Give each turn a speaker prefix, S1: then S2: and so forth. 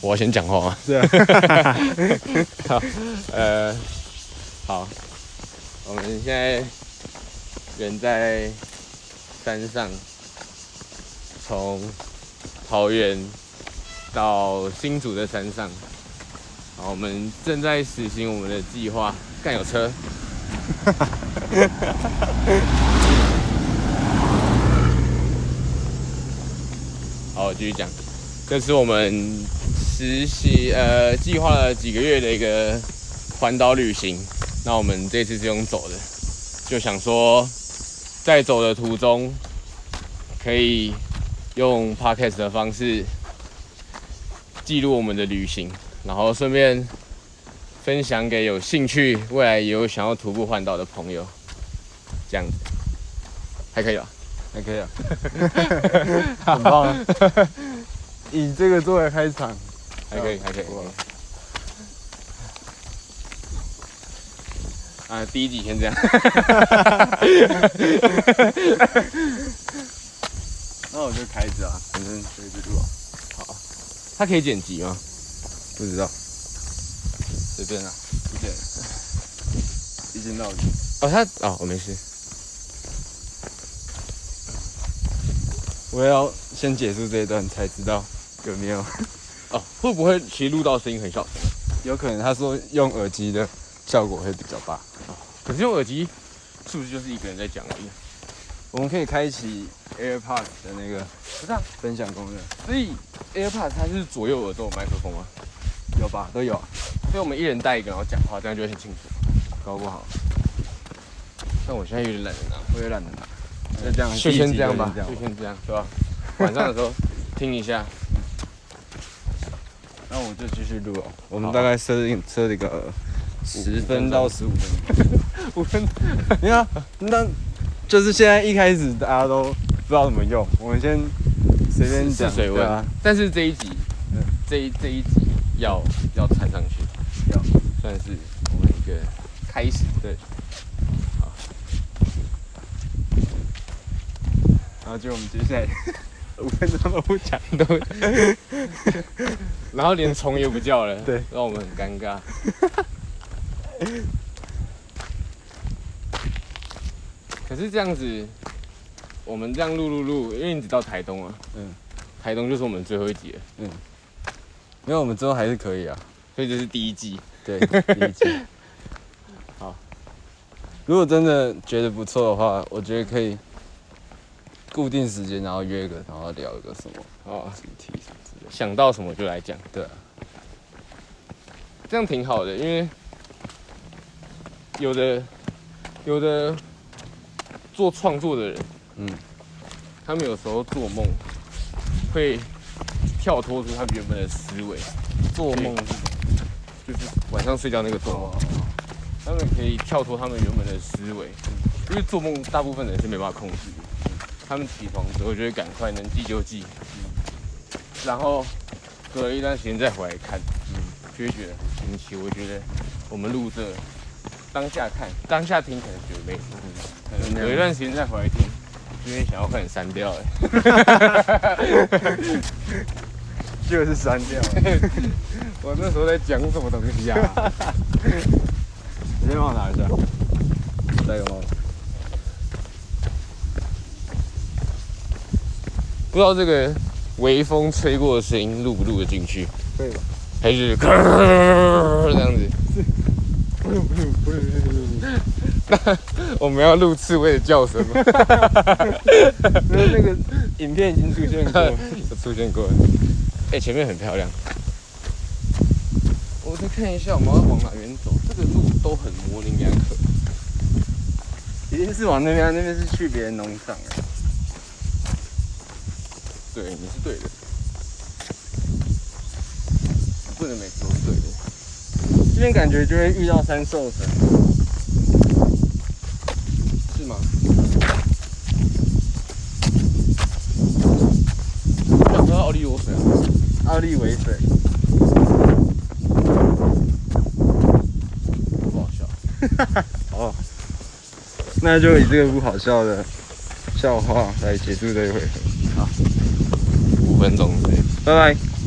S1: 我先讲话吗？
S2: 是啊，
S1: 好，呃，好，我们现在人在山上，从桃园到新竹的山上，好，我们正在实行我们的计划。干有车， 好，我继续讲，这是我们实习呃计划了几个月的一个环岛旅行。那我们这次是用走的，就想说在走的途中可以用 podcast 的方式记录我们的旅行，然后顺便分享给有兴趣、未来也有想要徒步环岛的朋友，这样子还可以吧？
S2: 还可以 啊，很棒啊。以这个作为开场，
S1: 还可以，还可以。
S2: 不错了
S1: 啊，第一集先这 样。
S2: 那我就开始啊，反正随之录啊，
S1: 它可以剪辑吗？
S2: 不知道，随便啊，不见了，一经到底。
S1: 哦，它哦，我没事。
S2: 我要先结束这一段才知道有没有，
S1: 哦，会不会其实录到声音很小？
S2: 有可能他说用耳机的效果会比较大。
S1: 可是用耳机是不是就是一个人在讲而已？
S2: 我们可以开启 AirPods 的那个
S1: 不是啊，
S2: 分享功能，
S1: 所以 AirPods 它就是左右耳都有麦克风吗？
S2: 有吧？都有啊，
S1: 所以我们一人带一个，然后讲话，这样就会很清楚。
S2: 搞不好
S1: 但我现在有点懒得拿，
S2: 我也懒得拿，就这样，
S1: 就
S2: 第
S1: 先
S2: 一集
S1: 这样吧，
S2: 就
S1: 就
S2: 先
S1: 先这样，对吧？晚上的 时候听一下。
S2: 那我就继续录哦。我们
S1: 好
S2: 大概设定设定个呃十分到十五分钟。
S1: 五分 钟，
S2: 你看，啊那就是现在一开始大家都不知道怎么用，我们先随便讲
S1: 试水温
S2: 对啊，
S1: 但是这一集
S2: 嗯，
S1: 这一这一集要要缠上去，
S2: 要
S1: 算是我们一个开始。对，
S2: 然后就我们接下来 五分钟都不讲，
S1: 都，然后连虫也不叫了，
S2: 对，
S1: 让我们很尴尬。 可是这样子，我们这样录录录，因为你只到台东啊，
S2: 嗯，
S1: 台东就是我们最后一集了，
S2: 因为我们之后还是可以啊。
S1: 所以这是第一季。
S2: 对，理解。
S1: 好，
S2: 如果真的觉得不错的话，我觉得可以固定时间，然后约一个，然后聊一个什么
S1: 哦，
S2: 主题什么之类的。
S1: 想到什么就来讲，
S2: 对啊，
S1: 这样挺好的，因为有的有的做创作的人，
S2: 嗯，
S1: 他们有时候做梦会跳脱出他们原本的思维，
S2: 做梦是
S1: 就是晚上睡觉那个做梦，
S2: 哦，
S1: 他们可以跳脱他们原本的思维，因为做梦大部分人是没办法控制的，他们起床之后就会赶快能记就记，然后隔了一段时间再回来看，
S2: 嗯
S1: 就会觉得很新奇。我觉得我们录这当下看、当下听可能觉得没什么，可能隔一段时间再回来听，就会想要快点删掉了。
S2: 就是删掉了，
S1: 我那时候在讲什么东西啊？
S2: 你先帮我拿一下，戴个帽子。
S1: 不知道这个微风吹过的声音录不录得进去，
S2: 可以吧？
S1: 还是 这样子？
S2: 不用不用不用不用不用，
S1: 我们要录刺猬的叫声吗？
S2: 因为那个影片已经出现 过了。
S1: 有出现过了。哎、前面很漂亮。我再看一下我们要往哪边走，这个路都很模棱两可。
S2: 一定是往那边啊，那边是去别人农场
S1: 啊
S2: 哎。
S1: 对，你是对的，不能每次都是对的。
S2: 这边感觉就会遇到三兽神，
S1: 是吗？我想喝奥利罗水啊！
S2: 奥利维水。
S1: 不好笑。
S2: 哦，那就以这个不好笑的笑话来结束这一回合，
S1: 五分钟。
S2: 拜拜。